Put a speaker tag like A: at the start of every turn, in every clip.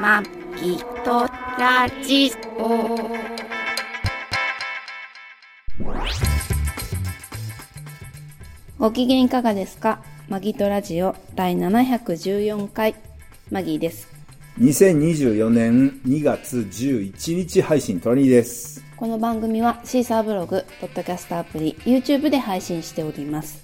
A: まきとラジオ。ご機嫌いかがですかマギトラジオ第714回、マギーです。
B: 2024年2月11日配信、トラニーです。
A: この番組はシーサーブログ、ポッドキャストアプリ、YouTube で配信しております。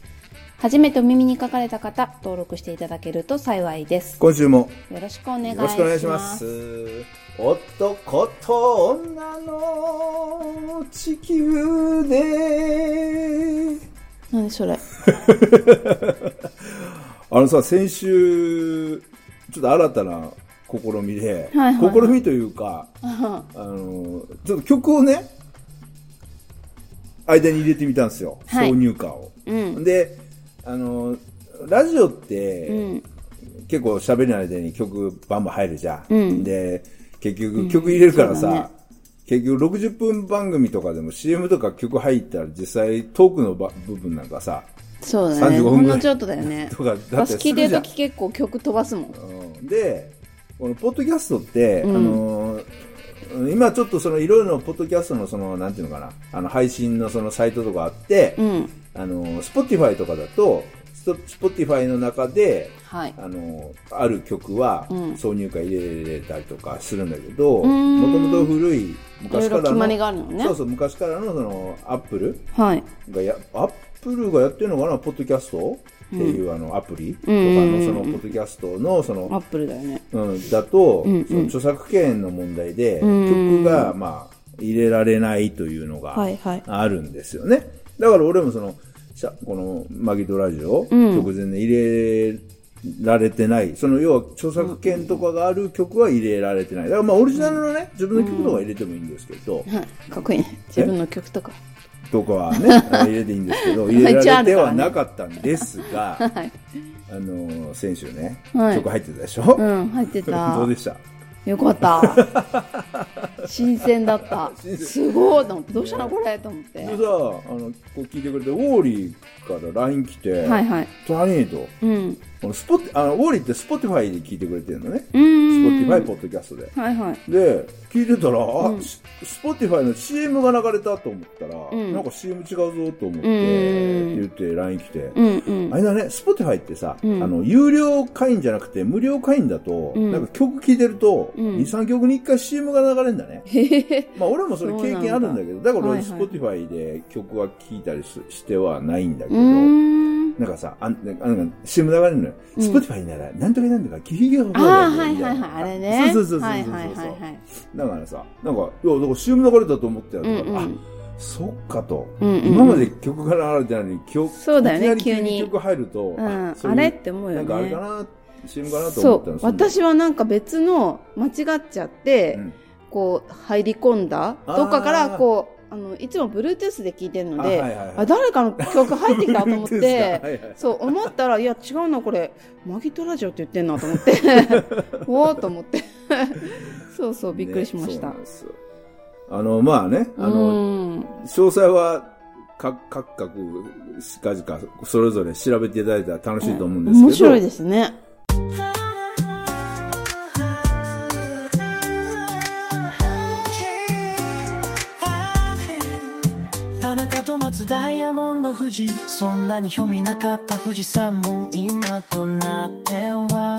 A: 初めてお耳に書かれた方、登録していただけると幸いです。
B: 今週も
A: よろしくお願いし
B: よ
A: ま
B: ろ
A: す。
B: しくお願いします。男と女の地球で。
A: 何それ
B: あのさ、先週、ちょっと新たな試みで、
A: はいはい
B: 試みという か、
A: は
B: あの、ちょっと曲をね、間に入れてみたんですよ。
A: はい
B: 挿入歌を。
A: うん
B: で、あの、ラジオって、
A: うん。
B: 結構喋る間に曲バンバン入るじゃん。
A: うん
B: で、結局曲入れるから
A: そ
B: さ、
A: うだね
B: 結局60分番組とかでも CM とか曲入ったら実際トークのば部分なんかさ、
A: そうだね。
B: 35分ぐ
A: ほ
B: らい
A: んのちょっとだよね。
B: とかだったり
A: 私聞いてる
B: するじゃ
A: と
B: ん
A: き結構曲飛ばすもん。
B: うんで、このポッドキャストって、
A: ん
B: あのー今ちょっとそのいろいろポッドキャストのその、なんていうのかな、あの配信のそのサイトとかあって、
A: うん。
B: あのー、Spotify とかだと、スト Spotify の中で、
A: はい。
B: あのある曲は
A: うん
B: 挿入歌入れたりとかするんだけど
A: ーん
B: もともと古い
A: いろ
B: 昔
A: いろ
B: からの
A: 決まりがあるのね
B: そうそう昔からのそのアップル
A: はい。
B: がやアップルがやってるのかなポッドキャストっていう、あのアプリとか
A: うんうんうん
B: のそのポッドキャストのそ
A: アッ
B: の、
A: プルだよね。
B: うん、だと、
A: うんうん
B: その著作権の問題で
A: うん
B: 曲がまあ入れられないというのが、
A: はいはい。
B: あるんですよね。だから俺もその、しゃこのマギトラジオ、
A: うん
B: 直前で入れられてない。その要は著作権とかがある曲は入れられてない。だからまあオリジナルのね、自分の曲とか入れてもいいんですけど、
A: はい。かっこいいね。自分の曲とか。
B: とかはね、 入れていいんですけど、入れられてはなかったんですが、あ
A: はい。
B: の、先週ね、
A: はい
B: 曲入ってたでしょ、
A: うん、入ってた
B: どう。でした
A: よかった。 新鮮だった。
B: 新鮮
A: すごいと思って、どうしたのこれと思って。
B: で
A: は
B: さ、あの、こう聞いてくれて、ウォーリーから LINE 来て、
A: いはい。
B: トラニーと、
A: うん。
B: このスポあのウォーリーってスポティファイで聞いてくれてるのね。
A: うーん。
B: Spotify ポッドキャストで。
A: はいはい。
B: で、聞いてたら、あ、ス Spotify の CM が流れたと思ったら、
A: うん
B: なんか CM 違うぞと思って、
A: うん
B: 言って LINE 来て、
A: うんうん
B: あ。れだね、Spotify ってさ、
A: うん
B: あの、有料会員じゃなくて無料会員だと、
A: うん
B: なんか曲聴いてると、
A: うん
B: 2、3曲に1回 CM が流れるんだね。
A: へへへ。
B: まあ俺もそれ経験あるんだけど、だから俺
A: はいはい
B: Spotify で曲は聴いたりすしてはないんだけ
A: う
B: ど、
A: ーん。
B: なんかさ、あんなんかなんか CM 流れるのよ。
A: うん
B: Spotify なら、なんとかなんとか、キリギリの
A: あ
B: 方
A: あ、
B: が
A: はい
B: いいんだ
A: はい
B: よみ
A: は
B: た
A: い。
B: い
A: あ
B: な
A: れね。
B: そうそうそうそうそう。
A: はいはいはいはい。
B: だからさ、なんか、いや、だから CM 流れたと思ったよ。
A: うん
B: と
A: う
B: かあ
A: ん。
B: そっかと。
A: うんうん
B: 今まで曲が流れてないのに、曲、
A: そうだよね
B: いきなり
A: 急に
B: 曲入ると、
A: うん
B: そう
A: あ
B: いう
A: れって思うよ
B: なんかあれか
A: ね。
B: な、CM かなと
A: そ
B: 思ったの
A: う。
B: んな
A: 私はなんか別の間違っちゃって、
B: うん
A: こう入り込んだどっかか
B: あ
A: ら
B: ー
A: こうあのいつも Bluetooth で聞いてるのであ,、
B: はいはいはい
A: 誰かの曲入ってきたと 思っ
B: Bluetooth で
A: て
B: はいはい
A: そう思ったらいや違うなこれマギトラジオって言ってんなと思って おおと思ってそうそうびっくりしました、
B: ねそうなんですよあの、まあね、あの、
A: うん
B: 詳細は各各各しかじかそれぞれ調べていただいたら楽しいと思うんですけど、
A: 面白いですね
C: あなたと松ダイヤモンド富士そんなに興味なかった富士山も今となっては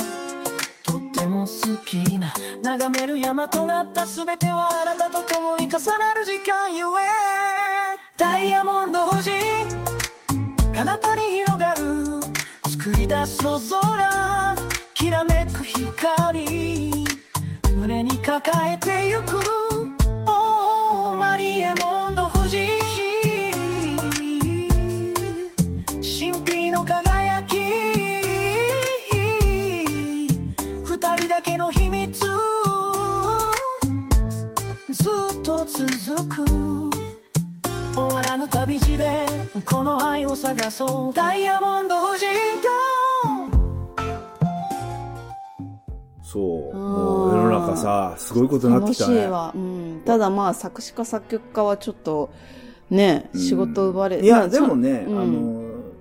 C: とても好きな眺める山となった全てはあなたと共に重なる時間ゆえダイヤモンド富士彼方に広がる作り出す青空きらめく光胸に抱えてゆくおーマリエモンド富士神秘の輝き二人だけの秘密ずっと続く終わらぬ旅路でこの愛を探そうダイヤモンド富士
B: そ
A: あ
B: う
A: ー
B: もう世の中さすごいことになって
A: 楽
B: き
A: した
B: ね
A: いわ、うん、ただまあ作詞家作曲家はちょっとね
B: うん
A: 仕事奪われ
B: いやでもね、
A: うん
B: あの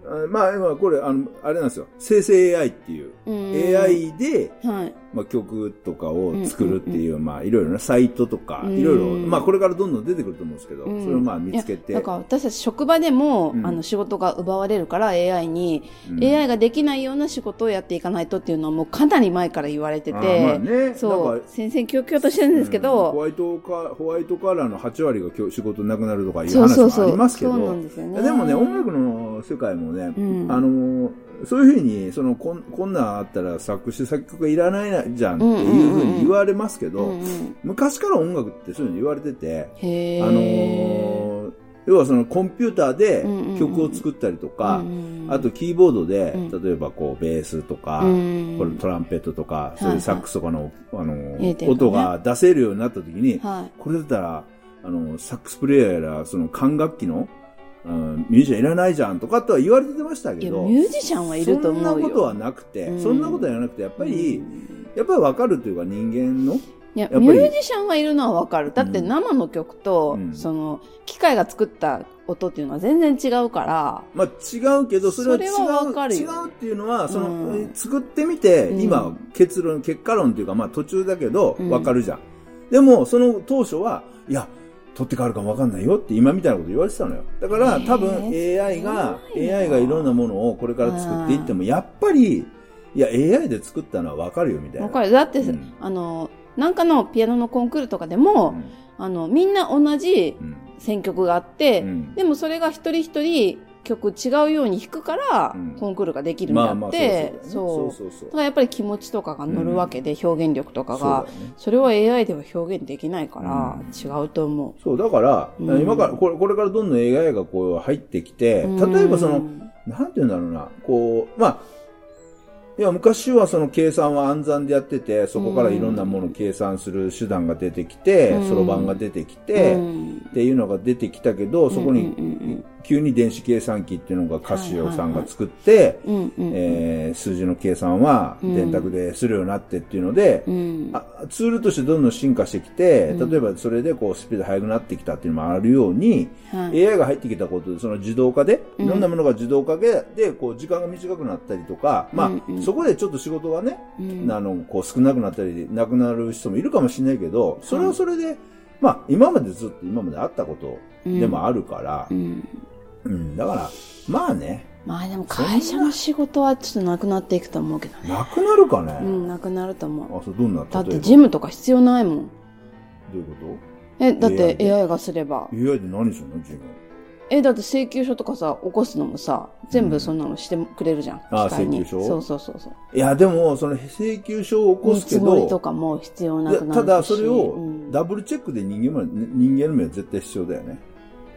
B: あまあ今これあのあれなんですよ生成 AI っていう、
A: うん
B: AI で
A: はい
B: まあ、曲とかを作るっていう、まあ、いろいろなサイトとか、いろいろ、
A: うん
B: まあ、これからどんどん出てくると思うんですけど、
A: うん
B: それをまあ、見つけて。
A: いやだから私たち職場でも、
B: うん
A: あの仕事が奪われるから AI に、
B: うん
A: AI ができないような仕事をやっていかないとっていうのはもうかなり前から言われてて、
B: あまあね
A: そ
B: なん
A: う
B: か
A: 戦々恐々としてるんですけど、
B: うんホワイトカホワイトカラーの8割が今日仕事なくなるとかいう
A: そう
B: 話
A: そう
B: も
A: そ
B: あ
A: う
B: りますけど
A: そうなんですよね
B: でもね音楽の世界もね、
A: うん
B: あのそういうふうにそのこんこんなんあったら作詞作曲がいらないじゃんっていうふうに言われますけど、
A: うんうん
B: 昔から音楽ってそういうの言われてて、
A: へ
B: あの要はそのコンピューターで
A: うんうんうん
B: 曲を作ったりとか、
A: うんうん
B: あとキーボードで、
A: うん
B: 例えばこうベースとか、
A: うん
B: これトランペットとか、
A: い
B: そういうサックスとかの、あの、
A: 入れてるのね
B: 音が出せるようになった時に、
A: はい
B: これだったら、あの、サックスプレイヤーやら、その管楽器の、うん、ミュージシャンいらないじゃんとかとは言われてました
A: い
B: け
A: や
B: ど、
A: ミュージシャンはいると思うよ
B: そんなことはなくて、
A: うん
B: そんなことはなくて、やっぱり、
A: うん
B: やっぱりわかるというか人間の、
A: いや
B: ぱり
A: ミュージシャンはいるのはわかるだって
B: うん
A: 生の曲と、
B: うん
A: その機械が作った音っていうのは全然違うから、
B: まあ違うけど、それは違
A: それはわか
B: う、
A: る
B: 違
A: よ
B: うっていうのは、その、
A: うん
B: え作ってみて、
A: うん
B: 今、結論、結果論というか、まあ途中だけど
A: う、ん
B: わかるじゃん。でも、その当初は、いや、取って変わるかもわかんないよって今みたいなこと言われてたのよ。だから
A: へー
B: 多分 AI が、
A: そうなんだ
B: AI がいろんなものをこれから作っていっても、やっぱり、いや、AI で作ったのはわかるよみたいな。
A: わかるだって、
B: うん
A: あのなんかのピアノのコンクールとかでも、
B: うん
A: あのみんな同じ
B: うん
A: 選曲があって、
B: うん
A: でもそれが一人一人曲違うように弾くから、
B: うん
A: コンクールができるん
B: ま
A: だ
B: あまあ
A: っ
B: そうだよね
A: て、そう
B: そうそう
A: だからやっぱり気持ちとかが乗るわけで、表現力とかが
B: そうだよね
A: そ,、れは AI では表現できないから、
B: うん
A: 違うと思
B: そう、だから、
A: うん
B: 今から、これ、これからどんどん AI がこう入ってきて、
A: う
B: 例えばその、
A: うん
B: なんて言うんだろうな、こう、まあ、いや、昔はその計算は暗算でやってて、そこからいろんなものを計算する手段が出てきて
A: う、ん
B: そろばんが出てきて、
A: うん
B: っていうのが出てきたけど、そこ
A: うん
B: に
A: うん
B: 急に電子計算機っていうのがカシオさんが作って、
A: うんうんうん
B: えー数字の計算は電卓でするようになってっていうので、
A: うん
B: あツールとしてどんどん進化してきて、
A: うん
B: 例えばそれでこうスピード速くなってきたっていうのもあるように、
A: はい
B: AI が入ってきたことで、その自動化で、
A: うん
B: いろんなものが自動化で、でこう時間が短くなったりとか、まあ、
A: うんうん
B: そこでちょっと仕事がね、
A: うん
B: あの、こう少なくなったり、なくなる人もいるかもしれないけど、それはそれで、まあ、今までずっと今まであったことでもあるから
A: う、ん
B: うん、だから、まあね、
A: まあでも会社の仕事はちょっとなくなっていくと思うけどね
B: なくなるかね。
A: うんなくなると思う
B: あ、そう、どんな、
A: だっ
B: 例え
A: て
B: ば
A: ジムとか必要ないもん
B: どういうこ
A: えだって
B: AI で
A: AI がすれば
B: と ?AI で何するの自分。
A: えだって請求書とかさ起こすのもさ全部そんなのしてくれるじゃん、
B: あー
A: 機械に
B: 請求書
A: そうそうそうそう
B: いや、でも、その請求書を起こ
A: 見
B: すけ
A: 積もりと
B: ど、
A: かも必要な
B: で
A: くなるした
B: だそれを
A: うん
B: ダブルチェックで人間まで人間の目は絶対必要だよね。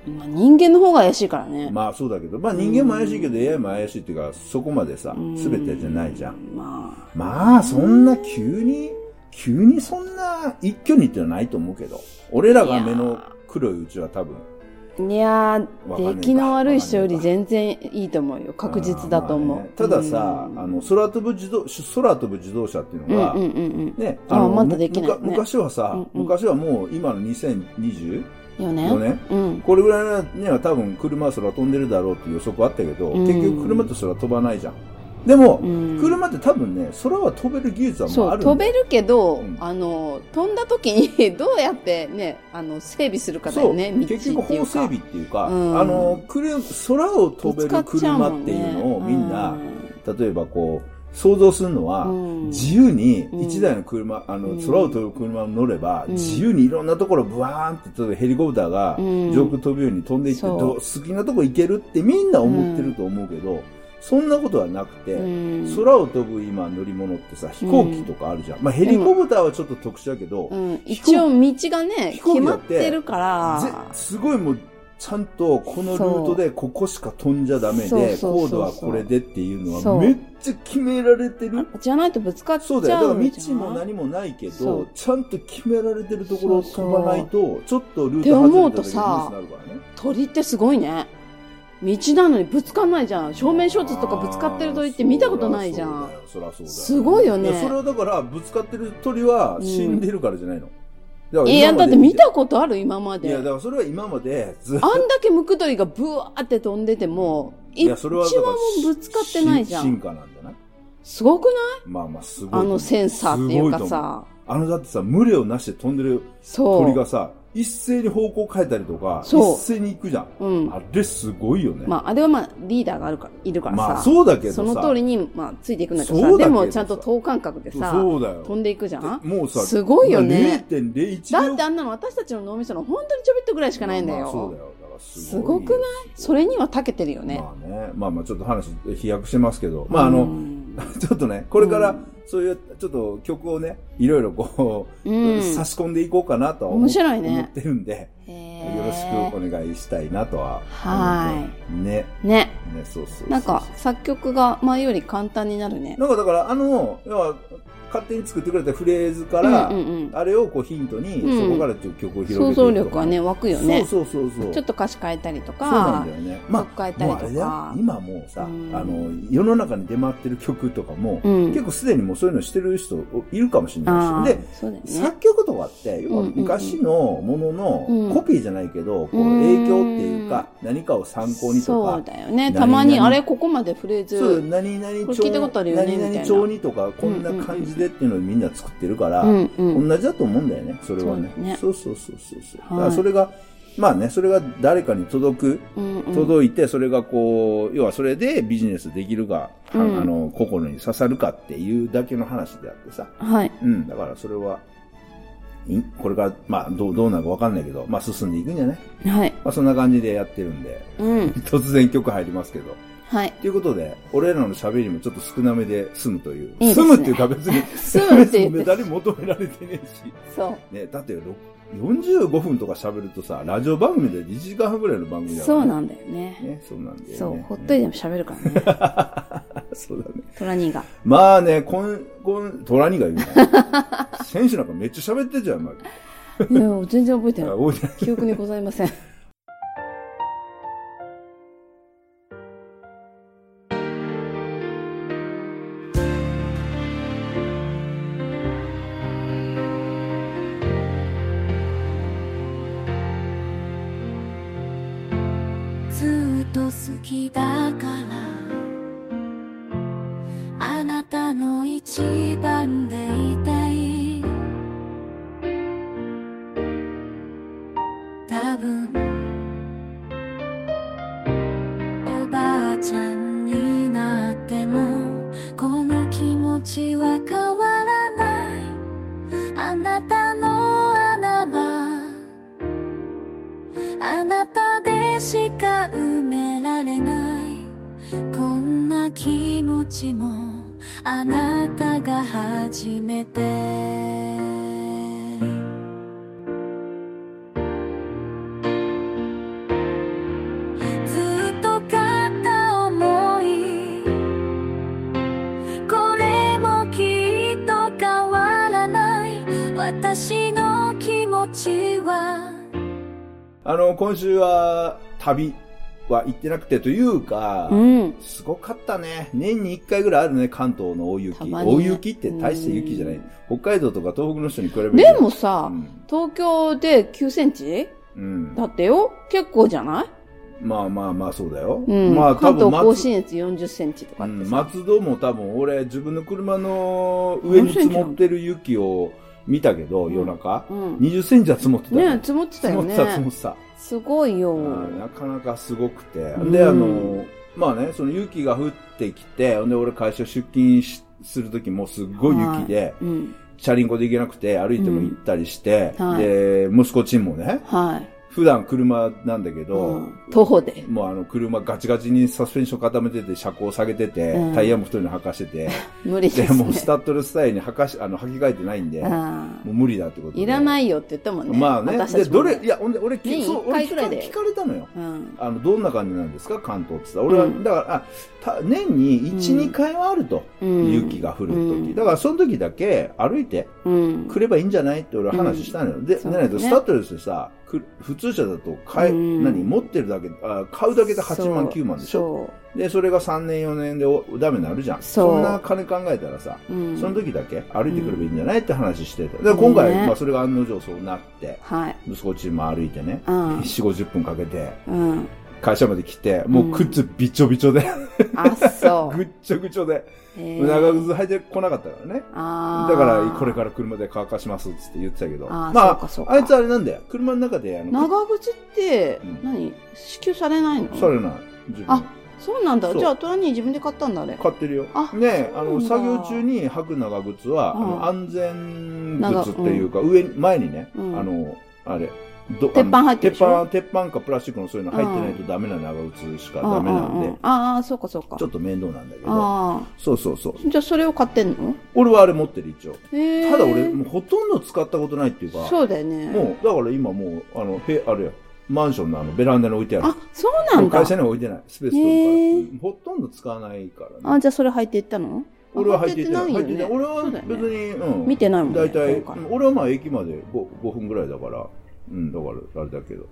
A: まあ、人間の方が怪しいからね、
B: まあそうだけど、まあ人間も怪しいけど AI も怪しいっていうか、そこまでさ
A: うん、
B: すべてじゃないじゃん。
A: まあ
B: まあそんな急に、急にそんな一挙にってのはないと思うけど、俺らが目の黒いうちは多分、
A: いや
B: わかんねえ
A: ー
B: か
A: 出来の悪い人より全然いいと思うよ確実だと思う、
B: まあねたださ、
A: うん
B: あの、空飛ぶ自動、空飛ぶ自動車っていうのが
A: うん、うんうん
B: ね、
A: あ
B: の
A: まだできないね
B: むか昔はさ、
A: うんうん
B: 昔はもう今の2024
A: うんよね
B: 年
A: うん
B: これぐらいには多分車は空飛んでるだろうっていう予測あったけど、
A: うん
B: 結局車って空飛ばないじゃん。でも、
A: うん
B: 車って多分ね、空は飛べる技術はもう
A: そ
B: あ
A: う
B: るんだよ
A: 飛べるけど、
B: うん
A: あの飛んだ時に どうやってねあの整備するかだよね
B: そう
A: 道って
B: 結
A: いう
B: 局
A: か
B: 法整備っていうか、
A: うん
B: あの、車空を飛べ
A: ぶつ
B: る
A: かっちゃう
B: 車
A: も
B: っ
A: ん
B: て
A: ね
B: いうのをみんな、
A: う
B: 例えばこう、想像するのは、
A: うん
B: 自由に
A: うん
B: 一台の車、あの、
A: うん
B: 空を飛ぶ車に乗れば、
A: うん
B: 自由にいろんなところブワーンって、例えばヘリコプターが
A: うん
B: 上空飛ぶように飛んでいって、
A: そう
B: どう好きなとこ行けるってみんな思ってると思うけど、そんなことはなくて、
A: うん
B: 空を飛ぶ今乗り物ってさ、飛行機とかあるじゃん。まあヘリコプターはちょっと特殊だけど、
A: うん、一応道がね
B: 飛
A: 決
B: 行機だ
A: ま
B: っ
A: っててるか
B: ぜ
A: ら
B: すごいもう、ちゃんとこのルートでここしか飛んじゃダメで、
A: そうそうそうそう
B: 高度はこれでっていうの
A: そ
B: は
A: う
B: めっちゃ決められてる
A: じゃないとぶつかっちゃ
B: そううだよ。だから
A: ん
B: 道
A: じゃ
B: も
A: ないっ
B: 何もないけ
A: そ
B: ど
A: う、
B: ちゃんと決められてるところを飛ばないと、ちょっとルー
A: って
B: ト
A: 思
B: 外
A: う
B: れた
A: と
B: 時にニュース
A: さ
B: になるからね。
A: 鳥ってすごいね道なのにぶつかんないじゃん正面衝突とかぶつかってる鳥って見たことないじゃん
B: あー。そらそうだよそらそうだよ
A: すごいよね
B: やそれはだから、ぶつかってる鳥は死んでるからじゃないの。だから
A: い
B: 今
A: やだ
B: ま
A: っ
B: で
A: て見たことある今ま
B: いや、だ
A: で
B: からそれは今までずっと
A: あんだけムクドリがブワーって飛んでても
B: い
A: 一
B: や、
A: 羽
B: それ
A: も
B: はだから
A: ぶつかってないじゃん
B: 進進化なんじゃない
A: すごくない
B: まあまあ、すごいと
A: あ
B: 思う。
A: のセンサーっていうか
B: すごと思
A: さ。
B: う。あの、だってさ、群れをなして飛んでる
A: そ
B: 鳥
A: う
B: が。さ、一斉に方向変えたりとか、
A: そう
B: 一斉に行くじゃん。
A: うん。
B: あれすごいよね。
A: まあ、あれはまあ、リーダーがあるから、いるからさ。
B: まあそうだけどさ
A: その通りに、まあ、ついていくんだけど
B: そ
A: さ。
B: うだけ
A: で
B: ど
A: も、ちゃんと等間隔で
B: そう
A: さ、
B: そうだよ。
A: 飛んでいくじゃん
B: でもうさ、
A: すごいよね。
B: 0.01
A: だ
B: 秒
A: ってあんなの私たちの脳みその本当にちょびっとぐらいしかないんだよ。
B: まあそうだよ。だからすごい
A: すごくないそれには長けてるよね。
B: まあね、まあまあちょっと話飛躍してますけど、まああ
A: う
B: の、
A: ん
B: ちょっとね、これか
A: う
B: ら
A: ん
B: そういうちょっと曲をね、いろいろこう、
A: うん
B: 差し込んでいこうかなとは思
A: 面白いね
B: 思ってるんで、よろしくお
A: へ
B: 願いしたいなとは。
A: は
B: ね、
A: ーね。
B: ね、そうそうそうそう
A: なんか、作曲が前より簡単になるね。
B: なんかだからあの、要は勝手に作ってくれたフレーズから、
A: うんうんうん
B: あれをこうヒントに、
A: うん
B: そこからちょっと曲を広げていくとか
A: 想像力はね、湧くよね。
B: そうそうそうそう。
A: ちょっと歌詞変えたりと
B: そうな
A: か
B: んだ、よね。まあ
A: 曲、変えたり
B: もう
A: と
B: あれだよ
A: か。
B: 今もうさ、
A: うん
B: あの世の中に出回ってる曲とかも、
A: うん
B: 結構すでにもうそういうのしてる人いるかもしれ
A: あ
B: ないし
A: ーそうだよ
B: で、
A: ね。
B: 作曲とかって要は
A: うんうんうん
B: 昔のもの
A: う
B: の
A: ん
B: コピーじゃないけど、こう
A: うん
B: 影響っていうか何かを参考にと
A: そう
B: か。
A: だよね。
B: 何々
A: たまに、あれ、ここまでフレーズ。
B: そう何々
A: これ
B: 調
A: 聞いたことあるよね
B: 何
A: みたい
B: 々
A: な
B: 調にとかこんな感じでっていうのをみんな作ってるから、
A: うんうん。
B: 同じだと思うんだよねそれはね
A: そうだね
B: そうそうそうそうそう、
A: はい
B: だからそれがまあねそれが誰かに届く
A: うんうん
B: 届いて、それがこう、要はそれでビジネスできるが、は
A: うん
B: あの、心に刺さるかっていうだけの話であってさ。
A: はい。
B: うん、だからそれは、いこれから、まあ、どう、どうなるかわかんないけど、まあ、進んでいくんじゃない
A: はい。
B: まあ、そんな感じでやってるんで、
A: うん。
B: 突然曲入りますけど。
A: はい。
B: ということで、俺らの喋りもちょっと少なめで済むという。
A: いいです
B: 済
A: ね
B: むっていうか 別に、
A: 済むって言って
B: 別に誰も求められてねえし。
A: そ
B: ね、だってろ45分とか喋るとさ、ラジオ番組で1時間半ぐらいの番
A: う。
B: 組だから
A: そう
B: ね
A: なんだよね。
B: ね、そうなんだよ、ね。
A: そう。ほっといても喋るからね。
B: うんそうだね。
A: トラニーが。
B: まあね、こん、こん、トラニが言う な。選手なんかめっちゃ喋ってんじゃん、まあ。
A: いや、全然覚えてない。
B: 多いじゃん
A: 記憶にございません。
D: ずっと好きだからあなたの一番でいたい多分おばあちゃんになってもこの気持ちは変わらないあなたの穴があなたでしか埋められないこんな気持ちもあなたが初めてずっと買った思いこれもきっと変わらない私の気持ちは
B: あの、今週は、旅は行ってなくてというか、
A: うん。
B: すごかったね。年に1回ぐらいあるね、関東の大雪。
A: たまにね
B: 大雪って大して雪じゃな
A: う
B: い
A: ん。
B: 北海道とか東北の人に比べると。
A: でもさ
B: う、ん、
A: 東京で9センチ
B: うん
A: だってよ。結構じゃない
B: まあまあまあ、そうだよ。
A: うん。
B: まあ、
A: 関東甲
B: 松
A: 信越40センチとか
B: う
A: って
B: ん
A: さ。
B: 松戸も多分俺自分の車の上に積もってる雪を見たけど
A: ん
B: 夜中、
A: うん。
B: 20センチは積もってた
A: ね
B: よ、
A: 積もってた
B: 積
A: よ
B: もってた積も
A: ね
B: っ。てた、
A: すごいよ。
B: あーなかなかすごくて、
A: ん
B: であのまあねその雪が降ってきてほんで俺会社出勤しする時もすっごい雪で
A: うん。
B: チャリンコで行けなくて歩いても行ったりして、
A: うんはい
B: で息子ちんもね
A: はい。
B: 普段車なんだけど、
A: うん徒歩で。
B: もうあの車ガチガチにサスペンション固めてて車高下げてて、
A: うん
B: タイヤも太いの履かしてて
A: 無理で
B: ですもうス
A: ね。
B: タッドレスタイヤに履かしあの履き替えてないんで、も
A: あ
B: う無理だってこと
A: ー
B: で。
A: いらないいよって言ったもんね。
B: まあね。
A: 私
B: で、
A: たちも
B: ど
A: ね
B: れ、いや、俺、俺、
A: 年
B: そう
A: 一回
B: 俺
A: く
B: 聞
A: ら
B: か
A: いで
B: 聞かれたのよ。
A: うん。
B: あの、どんな感じなんですか関東ってさ。俺は、
A: うん
B: だから、あた年に1、
A: うん
B: 2回はあると。
A: うん
B: 雪が降る時、
A: うん
B: だから、その時だけ歩いて
A: うん。
B: くればいいんじゃないって俺は話したのよ。で、
A: そうだ
B: な
A: ね
B: んと、スタッドレスでさ、く普通車だと買え、
A: うん
B: 何、持ってるだけ、あ買うだけで8万、9万でしょ。
A: ょ
B: で、それが3年、4年でおダメになるじゃん。
A: そう
B: そんな金考えたらさ、
A: そう。うん
B: その時だけ歩いてくればいいんじゃないって話してた。で、今回、
A: ね
B: まあそれが案の定そうなって、
A: はい。
B: 息子ちんも歩いてね、
A: うん
B: 4、50分かけて、
A: うん。
B: 会社まで来て、もう靴びちょびちょで、
A: あ、そう。
B: ぐっちょぐちょで、
A: えー
B: 長靴履いてこなかったからね。
A: あ。
B: だから、これからら車で乾かしますっつって言ってたけど。
A: あー
B: ま
A: そうかそう
B: あ、
A: か
B: あいつあれなんだよ。車の中で、あの、
A: 長靴って
B: うん、
A: 何支給されないの
B: されない。自分
A: あそうなんだ。
B: そう
A: じゃあ、トラニー自分で買ったんだ、あれ。
B: 買ってるよ
A: あ。
B: ねあ
A: そうなん
B: の、
A: だ
B: 作業中に履く長靴は、あ
A: うん
B: の安全靴っていうか、上に、前にね、あ
A: うん
B: の、あれ、ど
A: 鉄板入ってるで
B: 鉄
A: しょ
B: 板、鉄板かプラスチックのそういうの入ってないとダメな長靴しかダメなん
A: うう
B: で
A: う、ああ、そうかそうか。
B: ちょっと面倒なんだけど。
A: あ
B: そうそうそう。
A: あ。じゃあ、それを買ってんの
B: 俺はあれ持ってる一応。
A: へえ。
B: ただ俺、もうほとんど使ったことないっていうか、
A: そうだよね。
B: もう、だから今もう、あの、へ、あれや、マンションのあの、ベランダに置いてある。
A: あ、そうなんだ。
B: 会社には置いてない。スペース取
A: へ
B: る
A: ー
B: から。ほとんど使わないからね。
A: あ、じゃあそれ履いていったの
B: 俺は入っていってない。
A: 履
B: 入
A: い
B: ってて
A: い
B: い
A: よ
B: ない。
A: ね
B: 俺は
A: そうだ
B: 別
A: よね
B: に、うん。
A: 見てないもんね
B: 大体、
A: 今回
B: うん俺はまあ駅まで 5, 5分ぐらいだから、うん、だからあれだけど。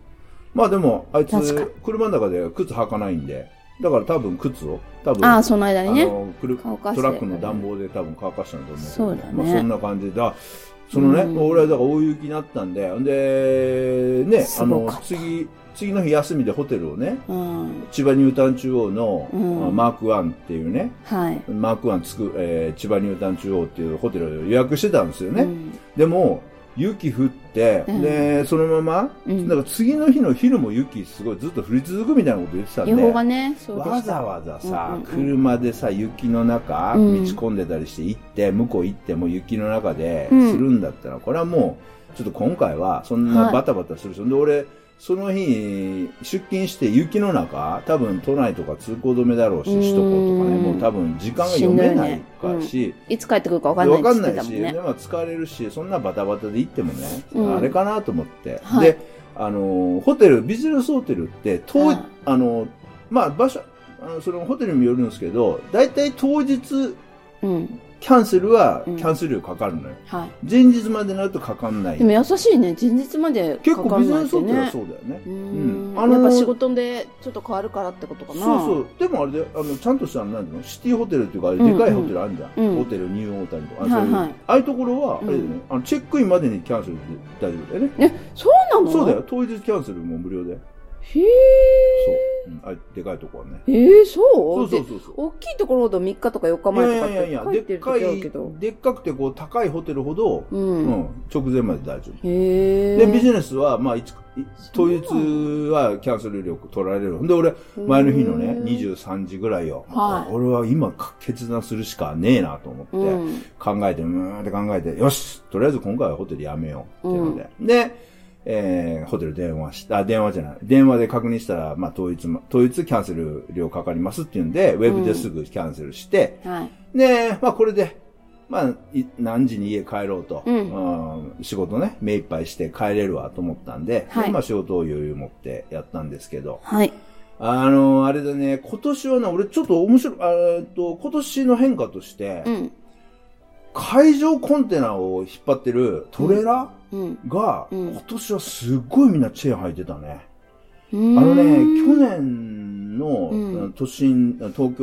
B: まあでも、あい
A: 確か
B: つ、車の中で靴履かないんで、だから多分靴を、多分、
A: ああ、その間に
B: あ
A: ね。
B: のくる
A: 乾かして
B: トラックの暖房で多分乾かしたんだと思うけど
A: そうだね
B: まあ、そんな感じでだそのね、
A: うん
B: 俺はだから大雪になったんででね
A: す
B: あ
A: ご
B: の
A: かった
B: 次次の日休みでホテルをね
A: うん。
B: 千葉ニュータウン中央の、
A: うん
B: あマークワンっていうね
A: はい。
B: マークワンつく、えー千葉ニュータウン中央っていうホテルを予約してたんですよね、
A: うん
B: でも雪降って、
A: うん
B: でそのまま、
A: うん
B: なんか次の日の昼も雪すごいずっと降り続くみたいなこと言ってたんで
A: 予報がね、そうでした。
B: わざわざさ、
A: うんうんうん
B: 車でさ雪の中、
A: うん
B: 道込んでたりして行って向こう行っても雪の中で
A: う
B: す
A: ん
B: るんだったら、これはもうちょっと今回はそん
A: は
B: ないバタバタするし、で俺その日出勤して雪の中多分都内とか通行止めだろうし
A: うん
B: 首都高とかねもう多分時間が読めないかし。
A: いつ帰ってくるかわかん
B: で
A: な
B: わ
A: いって
B: か
A: 言って
B: んな
A: た
B: い
A: も
B: し、
A: んね
B: で。まあ、疲れるし、そんなバタバタで行ってもね、
A: うん
B: あれかなと思って、
A: はい
B: で、あのーホテル、ビジネスホテルって、当
A: はい
B: あのーまあ、場所、あのそのホテルにもよるんですけど、大体当日、
A: うん。
B: キャンセルは、
A: う
B: キ
A: ん
B: ャンセル料かかるのよ。
A: は
B: 前日までになるとかかんない
A: い。で。も優しいね。前日まで
B: 結
A: か
B: 構
A: か
B: ビ
A: ん
B: ジ
A: ない
B: ネ
A: っ
B: スホ
A: て
B: テルは
A: ね。
B: そうだよね。
A: う
B: うんんあのー
A: やっぱ仕事でちょっと変わるからってことか
B: そう
A: な。
B: そう。でもあれで、あの、ちゃんとした、なんていうの、シティホテルっていうか、あれでかいホテルあるじゃん。
A: うんうんうん
B: ホテルニューオータニとか、あ
A: はい
B: そういう
A: はい
B: ああいうところは、あれだよね、
A: うん
B: あのチェックインまでにキャンセルで大丈夫だよね。
A: そうなの
B: そうだよ、。当日キャンセルも無料で。
A: へえ。
B: そう。うん、あでかいとこはね。
A: ええ、そ
B: そううそう
A: で
B: そうそう。
A: 大きいところほど3日とか4日前とかって書いて
B: でっ
A: る時あ
B: かい
A: るけど。、
B: でっかくてこう高いホテルほど、
A: う
B: うん、
A: ん。
B: 直前まで大丈夫。
A: へえ。
B: で、ビジネスは、まあ、いつい
A: そ
B: 当
A: うな
B: 日
A: の
B: はキャンセル料取られる。ほんで、俺、前の日のね、23時ぐらいよ。
A: はい
B: 俺は今、決断するしかねえなと思って、
A: うん
B: 考えて、うーんって考えて、よしとりあえず今回はホテルやめようっていうので。で、えー、ホテル電話した、あ、電話じゃない。電話で確認したら、まあ、統一も、統一キャンセル料かかりますっていうんで、ウェブですぐキャンセルして、
A: はい。
B: で、まあ、これで、まあ、い何時に家帰ろうと、
A: うん
B: うん仕事ね、目いっぱいして帰れるわと思ったんで、
A: はい
B: でまあ、仕事を余裕持ってやったんですけど、
A: はい。
B: あの、あれだね、今年はね、俺ちょっと面白い、あーえっと、今年の変化として、
A: うん。
B: 海上コンテナを引っ張ってるトレーラ
A: うん。
B: ーが、
A: うん
B: 今年はすっごいみんなチェーン履いてたね。
A: あ
B: あの
A: の
B: ね、去年の、
A: うん
B: 都心、東京、あ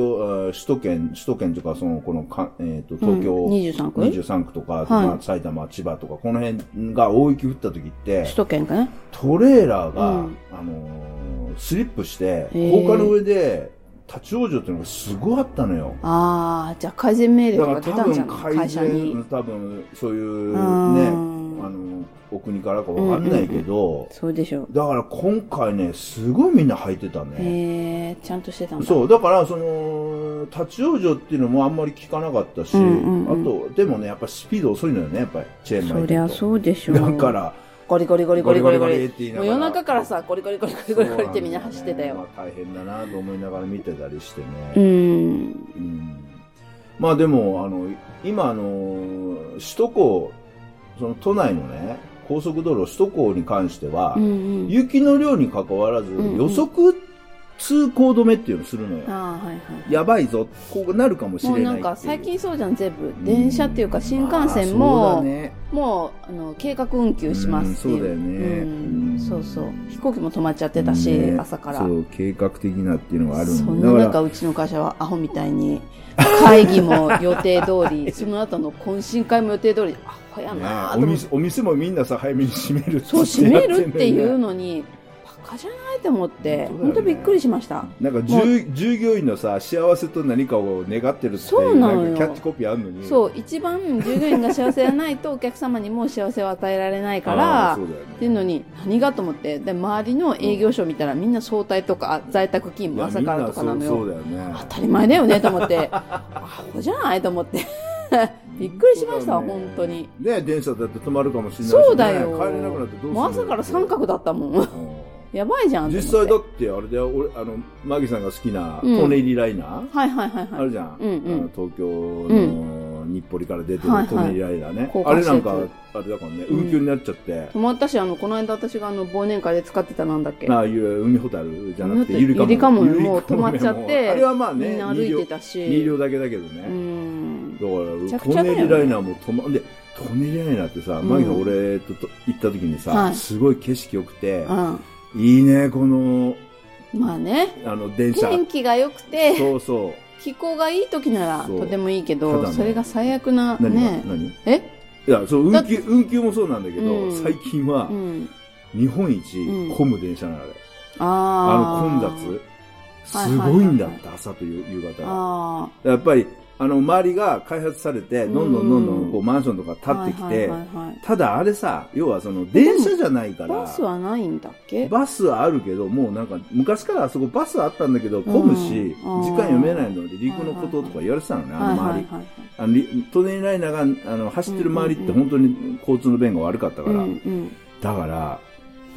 B: ー首都圏、首都圏とか、その、このか、えっ、と、東京、
A: うん23区
B: 23区とか、
A: はい
B: まあ埼玉、千葉とか、この辺が大雪降った時って
A: 首、都圏かね。
B: トレーラーが、
A: うん
B: あのースリップして、
A: ー
B: 高架の上で、立ち往生っていうのがすごかったのよ。
A: ああ、じゃあ改善命令とから
B: だか
A: 出
B: 多
A: たんじゃ
B: 分
A: ない会
B: 改
A: 社に
B: 善、。多分そういううね、
A: ん
B: あの、お国からかわかんないけど、
A: そうでしょう。
B: だから今回ね、すごいみんな履いてた
A: へ
B: ね。
A: え、ちゃんとしてたんだ。
B: そう、だからその、立ち往生っていうのもあんまり聞かなかったし、
A: うんうん
B: あと、でもね、やっぱスピード遅いのよね、やっぱり、チェーン巻
A: そ
B: い
A: り
B: て
A: ゃ
B: ると。
A: そうでしょう。
B: だか。ら、
A: ゴリゴリゴリゴリゴリゴリ。
B: って言い
A: も
B: なが
A: う
B: ら。
A: 夜中からさ、ゴリゴリゴリゴリゴリゴリってみんな走ってた
B: そう
A: よ。
B: なんだねまあ大変だなと思いながら見てたりしてね。
A: うん。
B: うんまあでも、あの、今、あの、首都高、その都内のね、高速道路、首都高に関しては、
A: うんうん。
B: 雪の量に関わらず、
A: んうん
B: 予測通行止めっていうのをするのよ。
A: ああ、はいはい。
B: やばいぞ、こうなるかもしれ
A: も
B: な
A: う
B: い
A: なんか最近そうじゃん全部電車っていうか新幹線
B: まあ
A: も、
B: そうだね
A: もうあの計画運休しますっていう
B: うんそうだよね
A: うん
B: うん
A: そうそう飛行機も止まっちゃってたし、
B: ね
A: 朝から
B: そう、計画的なっていうのがある
A: そ
B: ん
A: ん
B: だ
A: な
B: だか
A: 中うちの会社はアホみたいに会議も予定通りその後の懇親会も予定通りアホやな
B: ら、
A: と
B: ねお
A: 思って、
B: 店お店もみんなさ、早めに閉めるって
A: そう閉
B: 言
A: め
B: って
A: るっていう
B: ね
A: のにバカじゃないと思って、
B: 本当だよね
A: 本当びっくりしました。
B: なんか
A: も
B: 従従業員のさ幸せと何かを願ってるってい
A: そううなのよ
B: んかキャッチコピーあるのに
A: そう、一番従業員が幸せじゃないとお客様にも幸せを与えられないか
B: あー
A: ら
B: そ、うだよね
A: っていうのに何がと思って、で、周りの営業所見たらみんな早退とか、あ在宅勤
B: い
A: 務
B: や
A: 朝からとかなの
B: みん
A: よ。
B: そうそうだよね
A: 当たり前だよねと思って、アホじゃないと思って。びっくりしましたわ、本当に。
B: ね電車だって止まるかもしれないし、ね、
A: そうだよ。
B: 帰れなくなってどうする
A: もう朝から三角だったもん。
B: う
A: やばいじゃん
B: ん
A: と思
B: 実
A: って。
B: 際だってあれだよ俺あのマギさんが好きな
A: うん
B: トネリライナー、
A: はいはいはい
B: あ
A: はい。
B: るじゃん、
A: うんうん
B: あの東京の日暮里から出て
A: はいはい
B: るトネリライナーね、
A: 高
B: あ
A: 架施
B: れ
A: 設
B: なんかあれだからね
A: うん
B: 運休になっちゃって、
A: 泊まったし、あの、この間私があの、忘年会で使ってたなんだっけ。
B: ああいう海ホタルじゃなくて
A: ゆ
B: ゆ
A: り
B: り
A: か
B: か
A: も
B: も
A: ゆりかももう止まっちゃって
B: ゆりかもねもうあれはまあ
A: み
B: ね
A: んな歩いてたし。
B: 2両だけだけど
A: う
B: ね、
A: ん。ちゃ
B: だ
A: く
B: か
A: ち
B: ら
A: ゃだよ
B: ト
A: ね
B: ネリライナーも止まんでトネリライナーってさ、
A: うん
B: マギさん俺とと行った時にさ、
A: はい
B: すごい景色良くて、
A: うん。
B: いいねこの
A: まあね。
B: あの電車
A: 天気が良くて、
B: そうそう
A: 気候がいい時なら
B: そう
A: とてもいいけ
B: た
A: ど、
B: だね
A: それが最悪な、
B: 何が、
A: ね。
B: 何い
A: え
B: やそう
A: だ
B: 運
A: っ
B: 休運休もそうなんだけど、
A: うん
B: 最近は
A: うん。
B: 日本一
A: うん
B: 混む電車なので、
A: あ
B: あ
A: ー
B: の混雑
A: はい
B: す
A: はいはい
B: ごいんだって朝と夕夕方は
A: あ
B: やっぱりあの周りが開発されてどんどんどんど
A: うん
B: んこうマンションとか
A: あ。
B: 建ってきて、
A: はいはいはいはい
B: ただあれさ要はその電車じゃないから
A: バスはないんだっけ
B: バスはあるけど、もうなんか、昔からあそこバスあったんだけど、混むし、
A: うん
B: 時間読めないので、陸のこととか言われてたのね、あの周り。
A: はいはいはい
B: あのり、都電ライナーが、あの、走ってる周りって本当に交通の便が悪かったから。
A: うんうん
B: だから、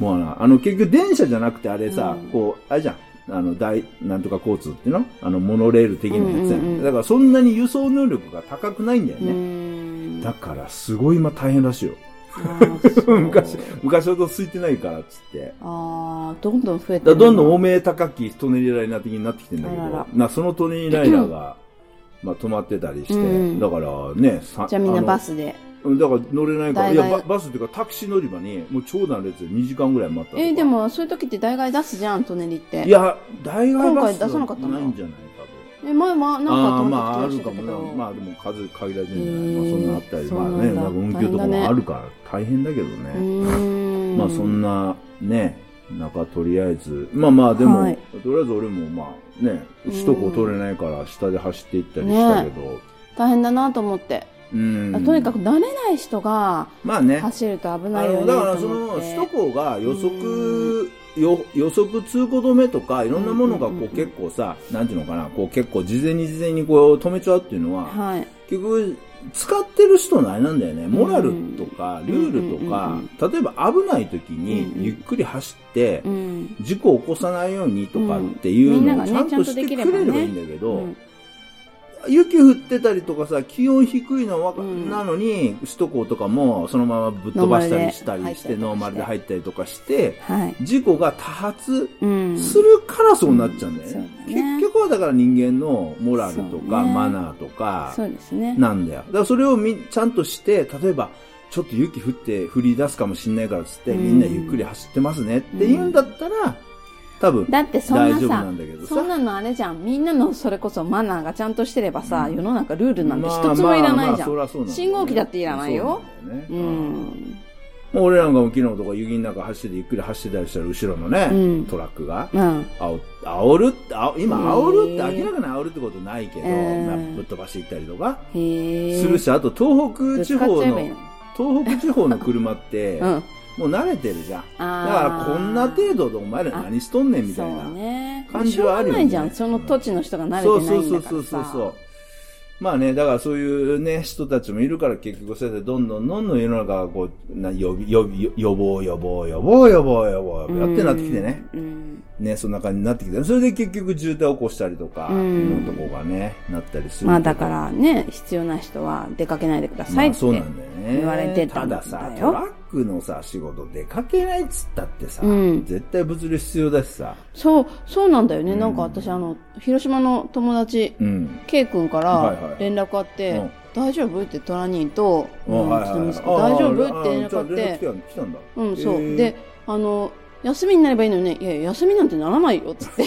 B: もうな、あの、結局電車じゃなくてあれさ、
A: うん
B: こう、あれじゃん。あの、大、なんとか交通っていうのあの、モノレール的なやつやん,、
A: うんうんうん
B: だからそんなに輸送能力が高くないんだよ
A: う
B: ね。
A: ん
B: だから、すごい今大変らしいよ。
A: あーそう
B: 昔昔ほど空いてないから、つって。
A: あーどんどん増えて
B: だからどんどん
A: 多
B: 多め高きトネリライナー的になってきてんだけど、
A: あらら
B: なそのトネリライナ ーが、まあ止まってたりして、
A: うん
B: だからね、さ
A: じゃあみんな
B: の
A: バスで
B: うんだから乗れないから、
A: 大
B: いや
A: 概、
B: ババスっていうかタクシー乗り場に、もう長蛇の列で2時間ぐらい待ったとか
A: えーで、もそういう時って大概出すじゃんトネリって
B: いや、大概バス
A: 今回出さなかったの
B: ないんじゃないかと。
A: え前はなん
B: あ
A: か
B: あ
A: ト
B: ー、
A: ネリ
B: まあ、あ
A: って言って
B: る
A: ました
B: か
A: け
B: も
A: ど、
B: な。まあ、でも数限られてるんじゃない、
A: へー
B: まあ、そんなあったり、
A: そう
B: ま
A: な
B: あ
A: んだ
B: ね、なんか運休と
A: 大変
B: か
A: だね
B: もあるから、大変だけどね。
A: うーん
B: まあそんなね、なんかとりあえず、まあまあでも、
A: はい
B: とりあえず俺もまあね、首都高通れないから下で走っていったり
A: ね
B: したけど、
A: 大変だなと思って、
B: うん
A: あとにかく慣れない人が
B: まあね、あ
A: 走ると危ないよねと
B: の、だからそ
A: 思っ
B: の
A: て
B: 首都高が予
A: う
B: 測、よ予測通行止めとかいろんなものが
A: うんうんうん
B: こう
A: うん
B: 結構さ、なんていうのかな、こう結構事前に事前にこう止めちゃうっていうのは、
A: はい
B: 結局使ってる人のあれなんだよね、モラルとかルールと
A: うん
B: か
A: うん、
B: 例えば危ない時
A: うんうん
B: にゆっくり走って、
A: うん
B: 事故を起こさないようにとかっていう
A: うんみんな
B: の
A: が
B: を
A: ね
B: ちゃんとしてくれれば
A: ちゃ
B: いい
A: んとで
B: ん
A: き
B: だけ
A: う
B: ど、
A: ん
B: 雪降ってたりとかさ、気温低いのわか
A: うん
B: なのに、首都高とかもそのままぶっ飛ばしたりしたりして、
A: ノ
B: ノ
A: ーマ
B: ーマ
A: ル
B: ル
A: で
B: で
A: 入
B: 入ったりとかして、
A: はい
B: 事故が多発
A: うん
B: するからそうなっちゃうんだよね。
A: うんそうだね
B: 結局はだから人間のモラルと
A: そう
B: か、
A: ね
B: マナーとか、
A: そうですね
B: なんだよ。だからそれをみちゃんとして、例えば、ちょっと雪降って降り出すかもしんないからっつって、
A: うん
B: みんなゆっくり走ってますねって言うんだったら、多分、
A: だってそん
B: 大
A: な
B: 丈夫
A: さ
B: なんだけどさ。
A: そんなのあれじゃん。みんなのそれこそマナーがちゃんとしてればさ、
B: うん
A: 世の中ルールなんて
B: まあ
A: 一つもいらないじゃん。
B: まあまあそりゃそうなんだよね
A: 信号機だっていらないよ。
B: そうなんだよね
A: う
B: うん
A: ん。
B: もう俺なんかも昨日とか雪の中走ってゆっくり走ってたりしたら、後ろのね、
A: うん
B: トラックが。
A: うん。
B: あお煽るって、あお今煽るっ
A: へー
B: て、明らかに煽るってことないけど、
A: うん
B: まあぶっ飛ばしていったりとか、
A: へえ。
B: するし、あと東北地方
A: ぶつかっちゃえばいい
B: の、東北地方の車って、
A: の。 うん。
B: もう慣れてるじゃん。だ
A: あ
B: か
A: あ。
B: らこんな程度でお前ら何しとんねんみたい
A: そう
B: な
A: ね。
B: 感じはあるよね。
A: しょうがないじゃん。その土地の人が慣
B: そう
A: れてないんだからさ。
B: そうそうそうそうそう。まあね、だからそういうね、人たちもいるから結局そうやってどんどんどんどん世の中がこう、な予備予備予防予防予防予防予防
A: うん
B: やってなってきてね。。
A: うん。
B: ね、そんな感じになってきて。それで結局渋滞起こしたりとか、
A: うん
B: のとこがね、なったりする。
A: まあだからね、必要な人は出かけないでくださいって。
B: まあ、そうなんだよね
A: 言われてたんだよ
B: ださトラックのさ仕事出かけないっつったってさ、
A: うん
B: 絶対物流必要だしさ
A: そう、そうなんだよね。
B: うん
A: なんか私あの、広島の友達、
B: うん、
A: K 君か
B: はいは
A: ら
B: い
A: 連絡あって、
B: うん
A: 大丈夫ってトラニーと、
B: あ
A: うん
B: はいは
A: ち
B: い
A: の
B: はい
A: 息子大丈夫
B: あ
A: って連
B: あじ
A: 絡
B: ゃ
A: あ
B: あ
A: っ
B: 連絡来
A: て、
B: たん来たんだ
A: うん、そう、
B: へー
A: で、あの、休みになればいいのにね、いやいや、休みなんてならないよっつ って、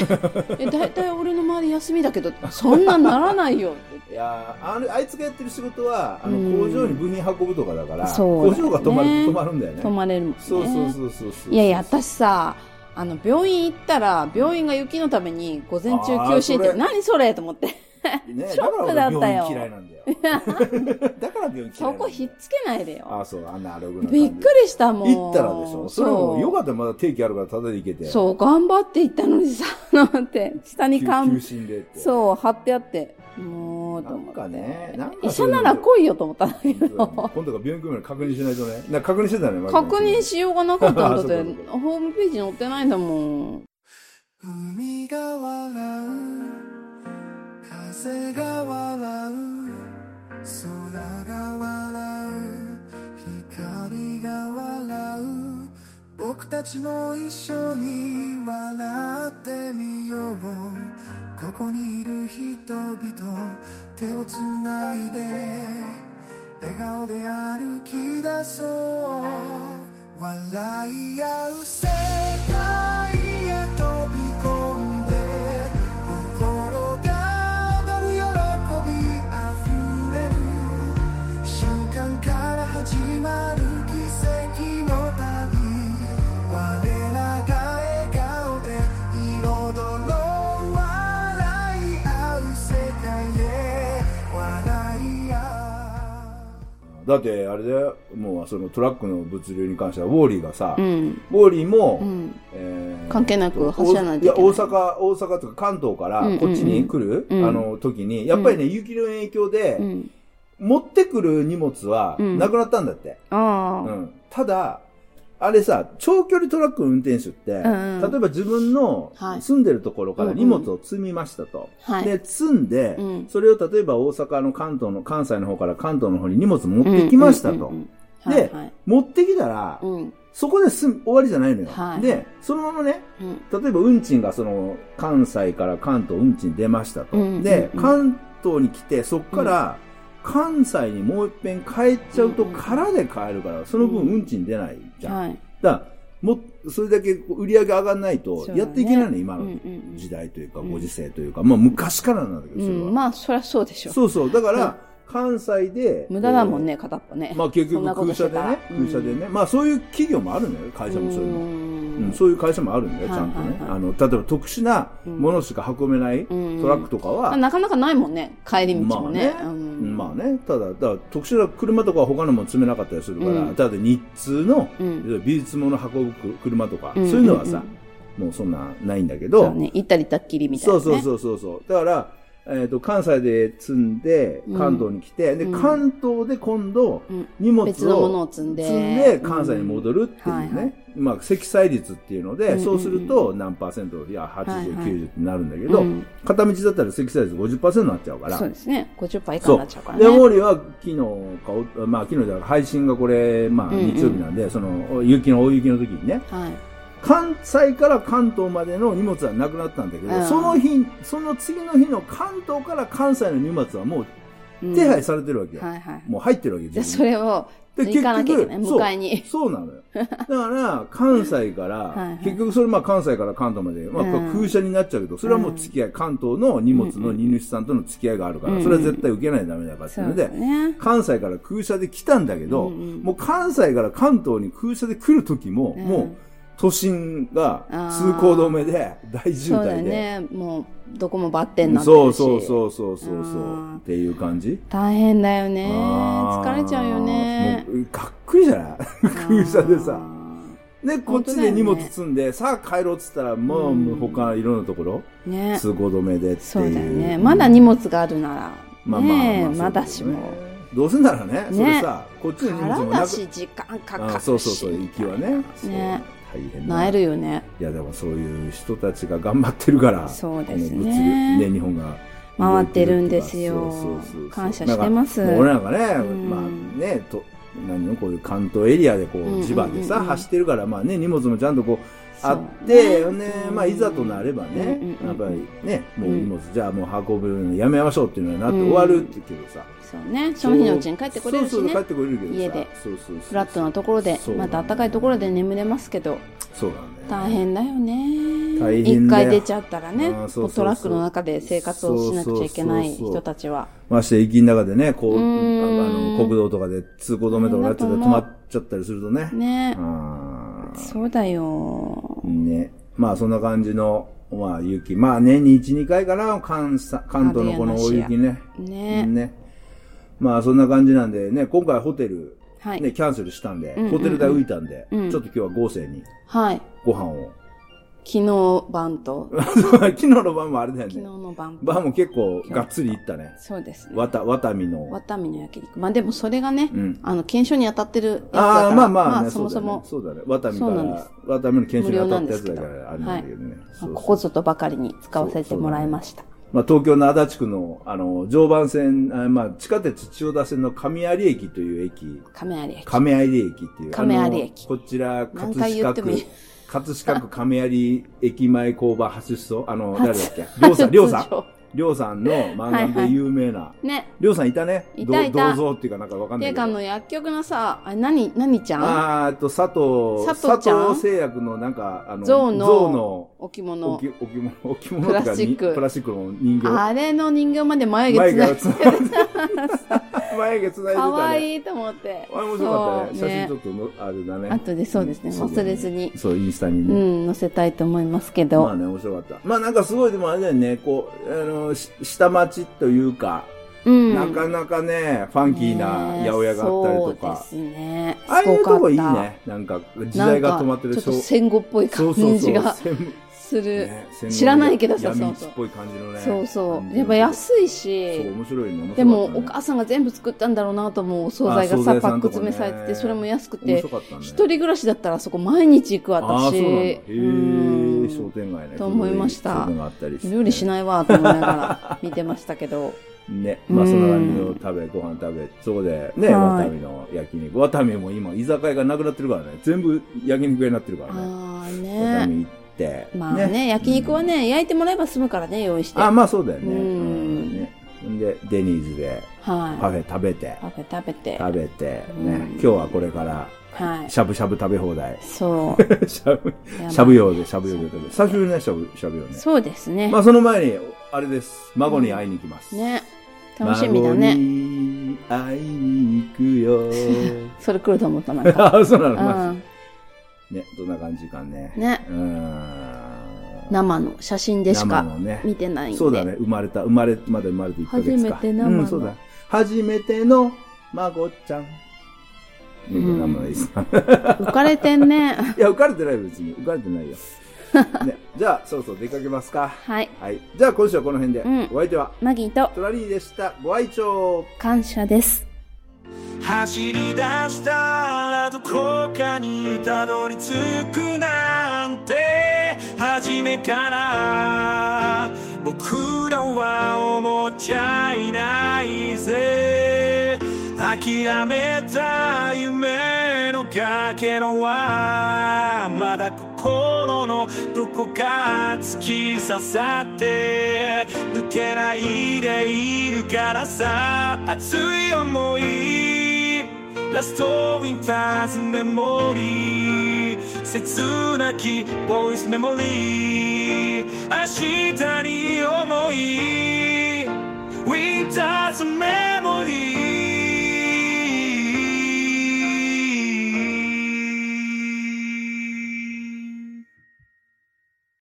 A: え、だいたい俺の周り休みだけど、そんなならないよって言って
B: いやーあのあいつがやってる仕事はあの
A: うん
B: 工場に部品運ぶとかだから、
A: そう
B: 工
A: だよね
B: 場が止まる止まるんだよね
A: 泊まれるもんね。
B: そうそうそうそうそう
A: いやいや、私さ、あの、病院行ったら、病院が雪のために午前中
B: あー
A: 休止って、
B: それ
A: 何それと思 って。
B: ね、
A: ショ
B: だか
A: ックだ
B: ら
A: った
B: 俺
A: よ
B: 病院嫌いな んだよ。だから病院嫌いなんだよ。
A: そこひっつけないでよ。
B: あ、そう、アナログな感じ。
A: びっくりしたもん。
B: 行ったらでしょ。それはもうよかったらまだ定期あるからただで行けて。う。
A: そう、頑張って行ったのにさ、 なんて、下に看
B: 休診でって。う。
A: そう、貼ってあって、もう、と
B: なん
A: 思って。
B: かね、なんか
A: 医者なら来いよと思ったんだけ
B: そうだね
A: ど、
B: 今度から病院来るのに確認しないとね。なんか確認してたね、
A: 確認しようがなかったんだっ
B: あ
A: て、
B: そうかそうか
A: ホームページ載ってないんだもん。
C: 海が笑う風が笑う空が笑う光が笑う僕たちも一緒に笑ってみようここにいる人々手をつないで笑顔で歩き出そう笑い合う世界へ飛び込んで心が踊る喜びあふれる瞬間から始まる奇跡の旅我らが笑顔で彩ろう笑い合う世界へ笑い合う
B: だって、あれだよ、もうそのトラックの物流に関しては、ウォーリーがさ、
A: うん。
B: ウォーリーも、
A: うん。
B: えー
A: 関係なく走らないといけない
B: や、大阪、大阪とか関東から
A: うんうんうん
B: こっちに来る、
A: うん
B: あの時に、やっぱりね、雪の影響で、
A: うん。
B: 持ってくる荷物は
A: うん
B: なくなったんだって。
A: あ
B: う
A: あ。
B: ん。ただ、あれさ、長距離トラックの運転手って、
A: んうん
B: 例えば自分の
A: はい
B: 住んでるところか
A: う
B: ら
A: んうん
B: 荷物を積みましたと。
A: はい。
B: で、積んで、
A: うん
B: それを例えば大阪の関東の、関西の方から関東の方に荷物持ってきましたと。
A: うんうんうんうん
B: で
A: はいはい
B: 持ってきたら、
A: うん。
B: そこですん終わりじゃないのよ。
A: はい
B: で、そのままね、
A: うん。
B: 例えば運賃がその関西から関東運賃出ましたと。
A: うんうんうん
B: で、関東に来て、そこから関西にもう一遍帰っちゃうと
A: うんうん
B: 空で帰るから、その分
A: うん
B: 運賃出ないじゃん。
A: はい。
B: だから、もう、それだけこう売り上げ上がんないと
A: そうだ、ね
B: やっていけないの、今
A: う
B: の
A: んうん
B: 時代というか、
A: うん
B: ご時世というか、まあ昔からなんだけ
A: う
B: ど、それは。
A: ん。まあ、そりゃそうでしょ。
B: そうそう。だか
A: うん
B: ら、関西で。
A: 無駄だもんね、片っぽね。
B: まあ結
A: そんな
B: 局
A: こと
B: 空
A: してたら
B: 車でね、
A: うん
B: 空車でね、まあそういう企業もあるのよ、会社もそういうの。うんん、そういう会社もあるんだよ、ち
A: はい
B: ゃんとね。
A: はいはい
B: あの、例えば特殊なものしか運べないト
A: うん
B: ラックとかは、
A: あなかなかないもんね、帰り道
B: ま
A: も
B: あ
A: ね
B: ね。、
A: うん
B: まあね、ただ、だから特殊な車とかは他のも積めなかったりするから、
A: うん
B: ただ日通の、
A: うん
B: 美術物運ぶ車とか、
A: うん
B: そういうのは
A: う
B: さ
A: ん、
B: もうそんなないんだけ
A: そ
B: ど、
A: うね、行ったり行ったっきりみたいな
B: そ
A: ね。
B: うそうそうそうそう。だから、えっ、と、関西で積んで、関東に来て、
A: うん
B: で、関東で今度、
A: うん
B: 荷物を
A: 別のものを積んで
B: 積ん関西に戻るっていうね。
A: うんはいはい
B: まあ、積載率っていうので、
A: うん
B: そうすると何パーセント、いや、80、
A: はいはい
B: 90ってなるんだけ
A: う
B: ど、
A: ん
B: 片道だったら積載率50%になっちゃうから。
A: そうですね、50%以下
B: そ
A: に
B: う
A: なっちゃうから
B: で、
A: ね。
B: 毛利は昨日かお、まあ昨日じゃない配信がこれ、まあ
A: うんうん
B: 日曜日なんで、その、雪の大雪の時にね、
A: はい。
B: 関西から関東までの荷物はなくなったんだけど、
A: うん
B: その日、その次の日の関東から関西の荷物はもう
A: うん
B: 手配されてるわけよ。
A: はいはい。
B: もう入ってるわけ
A: じゃあ
B: 自
A: そ
B: 分に
A: れを、
B: で
A: 行かなきゃいけない、
B: 結局
A: 迎えに。
B: そうなのよ。だから、関西 か
A: はいはい
B: ら、結局それまあ関西から関東まで、まあ
A: うん
B: 空車になっちゃうけど、それはもう付き合い、関東の荷物の荷主さんとの付き合いがあるか
A: うんう
B: ら、
A: ん
B: それは絶対受けないとダメだからって
A: そ
B: いう
A: う
B: の
A: だ
B: で、
A: ね。
B: 関西から空車で来たんだけど、
A: うんうん
B: もう関西から関東に空車で来る時も、
A: うん
B: もう都心が
A: あー
B: 通行止めで大渋
A: そうだ
B: 滞
A: よ
B: で。
A: ね。もう、どこもバッテンになって
B: そう
A: るし。
B: そうそうそうそう
A: う
B: そ
A: ん
B: う。っていう感じ。
A: 大変だよね。
B: あー
A: 疲れちゃうよね
B: も。うかっこいいじゃない空車でさ
A: あ。ー。
B: で、こっちで荷物積んで、さあ帰ろうっつったら、
A: う
B: もうん他いろんなところ、
A: ね。
B: 通行止めでっていう。
A: そうだよね。まだ荷物があるなら、
B: まあまあ
A: ねえ
B: まあ
A: まだしも。。
B: どうせならね、それ
A: ね
B: さ、こっちの荷
A: から
B: 物もな
A: だ
B: く、
A: し時間かかる
B: あ
A: し
B: そうそうそう、行きはね。そう
A: ね
B: 大変だ
A: なえるよね
B: いやでもそういう人たちが頑張ってるから、
A: そうですね
B: この物流ね日本が
A: 回ってるんですよ
B: そうそうそうそう
A: 感謝してます
B: なんかもう俺なんかね、
A: うん
B: まあね、と何のこういう関東エリアでこ
A: うんうんうんう
B: うん地場でさ、走ってるからまあね荷物もちゃんとこう
A: そ
B: あ
A: う
B: ってね
A: うん
B: まあいざとなればね、
A: うんうんうん
B: やっぱりねもう
A: うん
B: 荷物、じゃあもう運ぶのやめましょうっていうのになって終わるって言うけどさ、
A: そうねその日のうちに帰ってこれるし
B: そう
A: ね
B: そう帰ってこれるけどさ
A: 家で
B: そうそうそう
A: フラットなところで
B: そう
A: また暖かいところで眠れますけど
B: そうなんだよ
A: 大変だよね
B: 大
A: 一
B: 変だよ
A: 回出ちゃったらね
B: あーそうそうそう
A: もうトラックの中で生活をしなくちゃいけない人たちは
B: まして駅の中でね、こう、
A: う
B: あ
A: ーん
B: の、国道とかで通行止めとかなっちゃって
A: うん
B: 止まっちゃったりするとね。
A: ね
B: あ
A: そうだよ
B: ーね。まあそんな感じの、まあ雪。まあ年に1、2回かな、関西関東のこの大雪ね。
A: ね
B: ね。まあそんな感じなんでね、今回ホテル、
A: はい。
B: ね、キャンセルしたん
A: ん
B: で、
A: うんうん
B: ホテル代浮いたんで、
A: うん
B: ちょっと今日は豪勢に
A: はい。
B: ご飯を。
A: 昨日晩と、
B: 昨日の晩もあれだよ
A: 昨日
B: ね。
A: の晩と。
B: 晩も結構がっつり行ったね。
A: そうですね。
B: わた、わたみの
A: ワ。タミの焼肉。まあでもそれがね、
B: うん
A: あの、検証に当たってるやつだから
B: ああ、まあまあ、ね
A: そもそも、
B: そうだね。そうだねわたみか
A: そうなんです
B: ら、わたみの研修に当たったやつだか
A: 無料
B: ら、
A: なんで
B: あれ
A: すけど
B: なんだけどね。そうそう
A: ここぞとばかりに使わせてもらいました。
B: まあ、東京の足立区の、あの、常磐線、あまあ、地下鉄千代田線の亀有駅という駅、
A: 亀有駅。
B: 亀有駅っていう。
A: 亀有
B: あの
A: 駅
B: こちら、
A: 何
B: 葛
A: 回言
B: 飾
A: ってもいい
B: 区、葛飾区亀有駅前工場発出所、あの、誰だっけ
A: 初
B: りょうさん、
A: 初
B: りょうさ
A: 登
B: ん。りょうさんの漫画で有名な。
A: ね。
B: りょうさんいたね。
A: いたいた
B: ど銅像っていうかなんかわかんな
A: て
B: い
A: いう
B: け
A: かあ
B: ど。
A: の、薬局のさ、あれ、何、何ちゃん
B: あーえっと、佐藤、
A: 佐藤ちゃん
B: 製薬のなんか、あの、
A: 象の
B: 象の
A: 置物。
B: 置物、置物とかに
A: プラスチック
B: プラスチックの人形。
A: あれの人形まで眉毛つ
B: 眉毛
A: な
B: が
A: い
B: つないでた。眉毛つない でたね。
A: かわ
B: い。
A: いいと思って。
B: あれ面白かったね。
A: そう
B: 写真ちょっとのあれだね。
A: 後でそうですね
B: ん
A: 忘れずに
B: そう、インスタに
A: う
B: ね。
A: ん、載せたいと思いますけど。
B: まあね、面白かった。まあなんかすごいでもあれだよね、こう、あの、し下町というか、
A: うん。
B: なかなかね、ファンキーな八百屋があったりとか
A: ね。そうですね。
B: ああいうとこいい
A: すごかった。
B: ね。なんか、時代が止まってる
A: なんかちょっと
B: そう
A: 戦後っぽい
B: そ
A: 感
B: うそう
A: じ
B: そう。
A: が
B: 戦
A: する。
B: ね戦後の
A: 知らないけどさ
B: 闇
A: そうそう
B: っぽい感じのね。
A: そうそう。
B: 感
A: やっぱ
B: じ
A: 安い
B: のそう、
A: し、
B: 面白いね。面白かったね
A: でもお母さんが全部作ったんだろうなと思うお惣菜が
B: あ惣
A: さ、
B: 菜
A: パ
B: さ
A: ック
B: んとか
A: 詰め
B: ね
A: されてて、それも安く
B: 面
A: て
B: 白、かったね。
A: 一人暮らしだったらそこ毎日行く
B: ああそうなんだ
A: 私
B: へ。え、商店街ね。
A: と思いました
B: そういうのがあったりして
A: 料理しないわと思いながら見てましたけ ど。
B: ね。まあ、
A: うん
B: そんな感じの食べ、ご飯食べ、そこで、ね、
A: は
B: ワ
A: い
B: タミの焼肉。ワタミも今、居酒屋がなくなってるからね。全部焼肉屋になってるからね。
A: ああ
B: ワ
A: ね。
B: タミ行って。
A: まあね、焼肉はね、焼いてもらえば済むからね、用意して。
B: あ、
A: は
B: まあそうだよね。
A: う
B: うんんねんで、デニーズでパ
A: い。
B: フェ食べて、
A: パフェ食べて。
B: 食べて、
A: うん
B: ね。今日はこれから、
A: はい。
B: しゃぶしゃぶ食べ 放題。
A: そう。
B: しゃぶ、
A: やばい
B: しゃぶ用で、しゃぶ用で食べる。久しぶりね、しゃぶ、しゃぶ用ね。
A: そうですね
B: ま。あその前に、あれです。孫に会いに行きます。
A: ね。楽しみだね。
B: に会いに行く よ。
A: それ来ると思った、なんか。
B: あ、そうなの、
A: う
B: ま
A: ん。
B: あね、どんな感じかね。
A: ね。
B: うーん。
A: 生の写真でし
B: 生
A: か
B: のね。
A: 見てないんで。
B: そうだね。生まれた、生まれ、まだ生まれて1ヶ月か。
A: 初めて生の
B: うん、そうだ。初めての孫ちゃん。
A: ん
B: うん、生のいいっすか
A: 浮かれてんね。
B: いや、浮かれてないよ、別に。浮かれてないよ。ね、じゃあ、そろそろ出かけますか。
A: はい。
B: はい。じゃあ、今週はこの辺で。
A: うん
B: お相手は、
A: マギーと
B: トラリーでした。ご愛聴
A: 感謝です。
C: 走り出したらどこかにたどり着くなんて初めから僕らは思っちゃいないぜ諦めた夢のかけらはまだ心のどこか突き刺さって抜けないでいるからさ熱い思いラストインパスメモリー切なきボイスメモリー明日に思い We doesn't make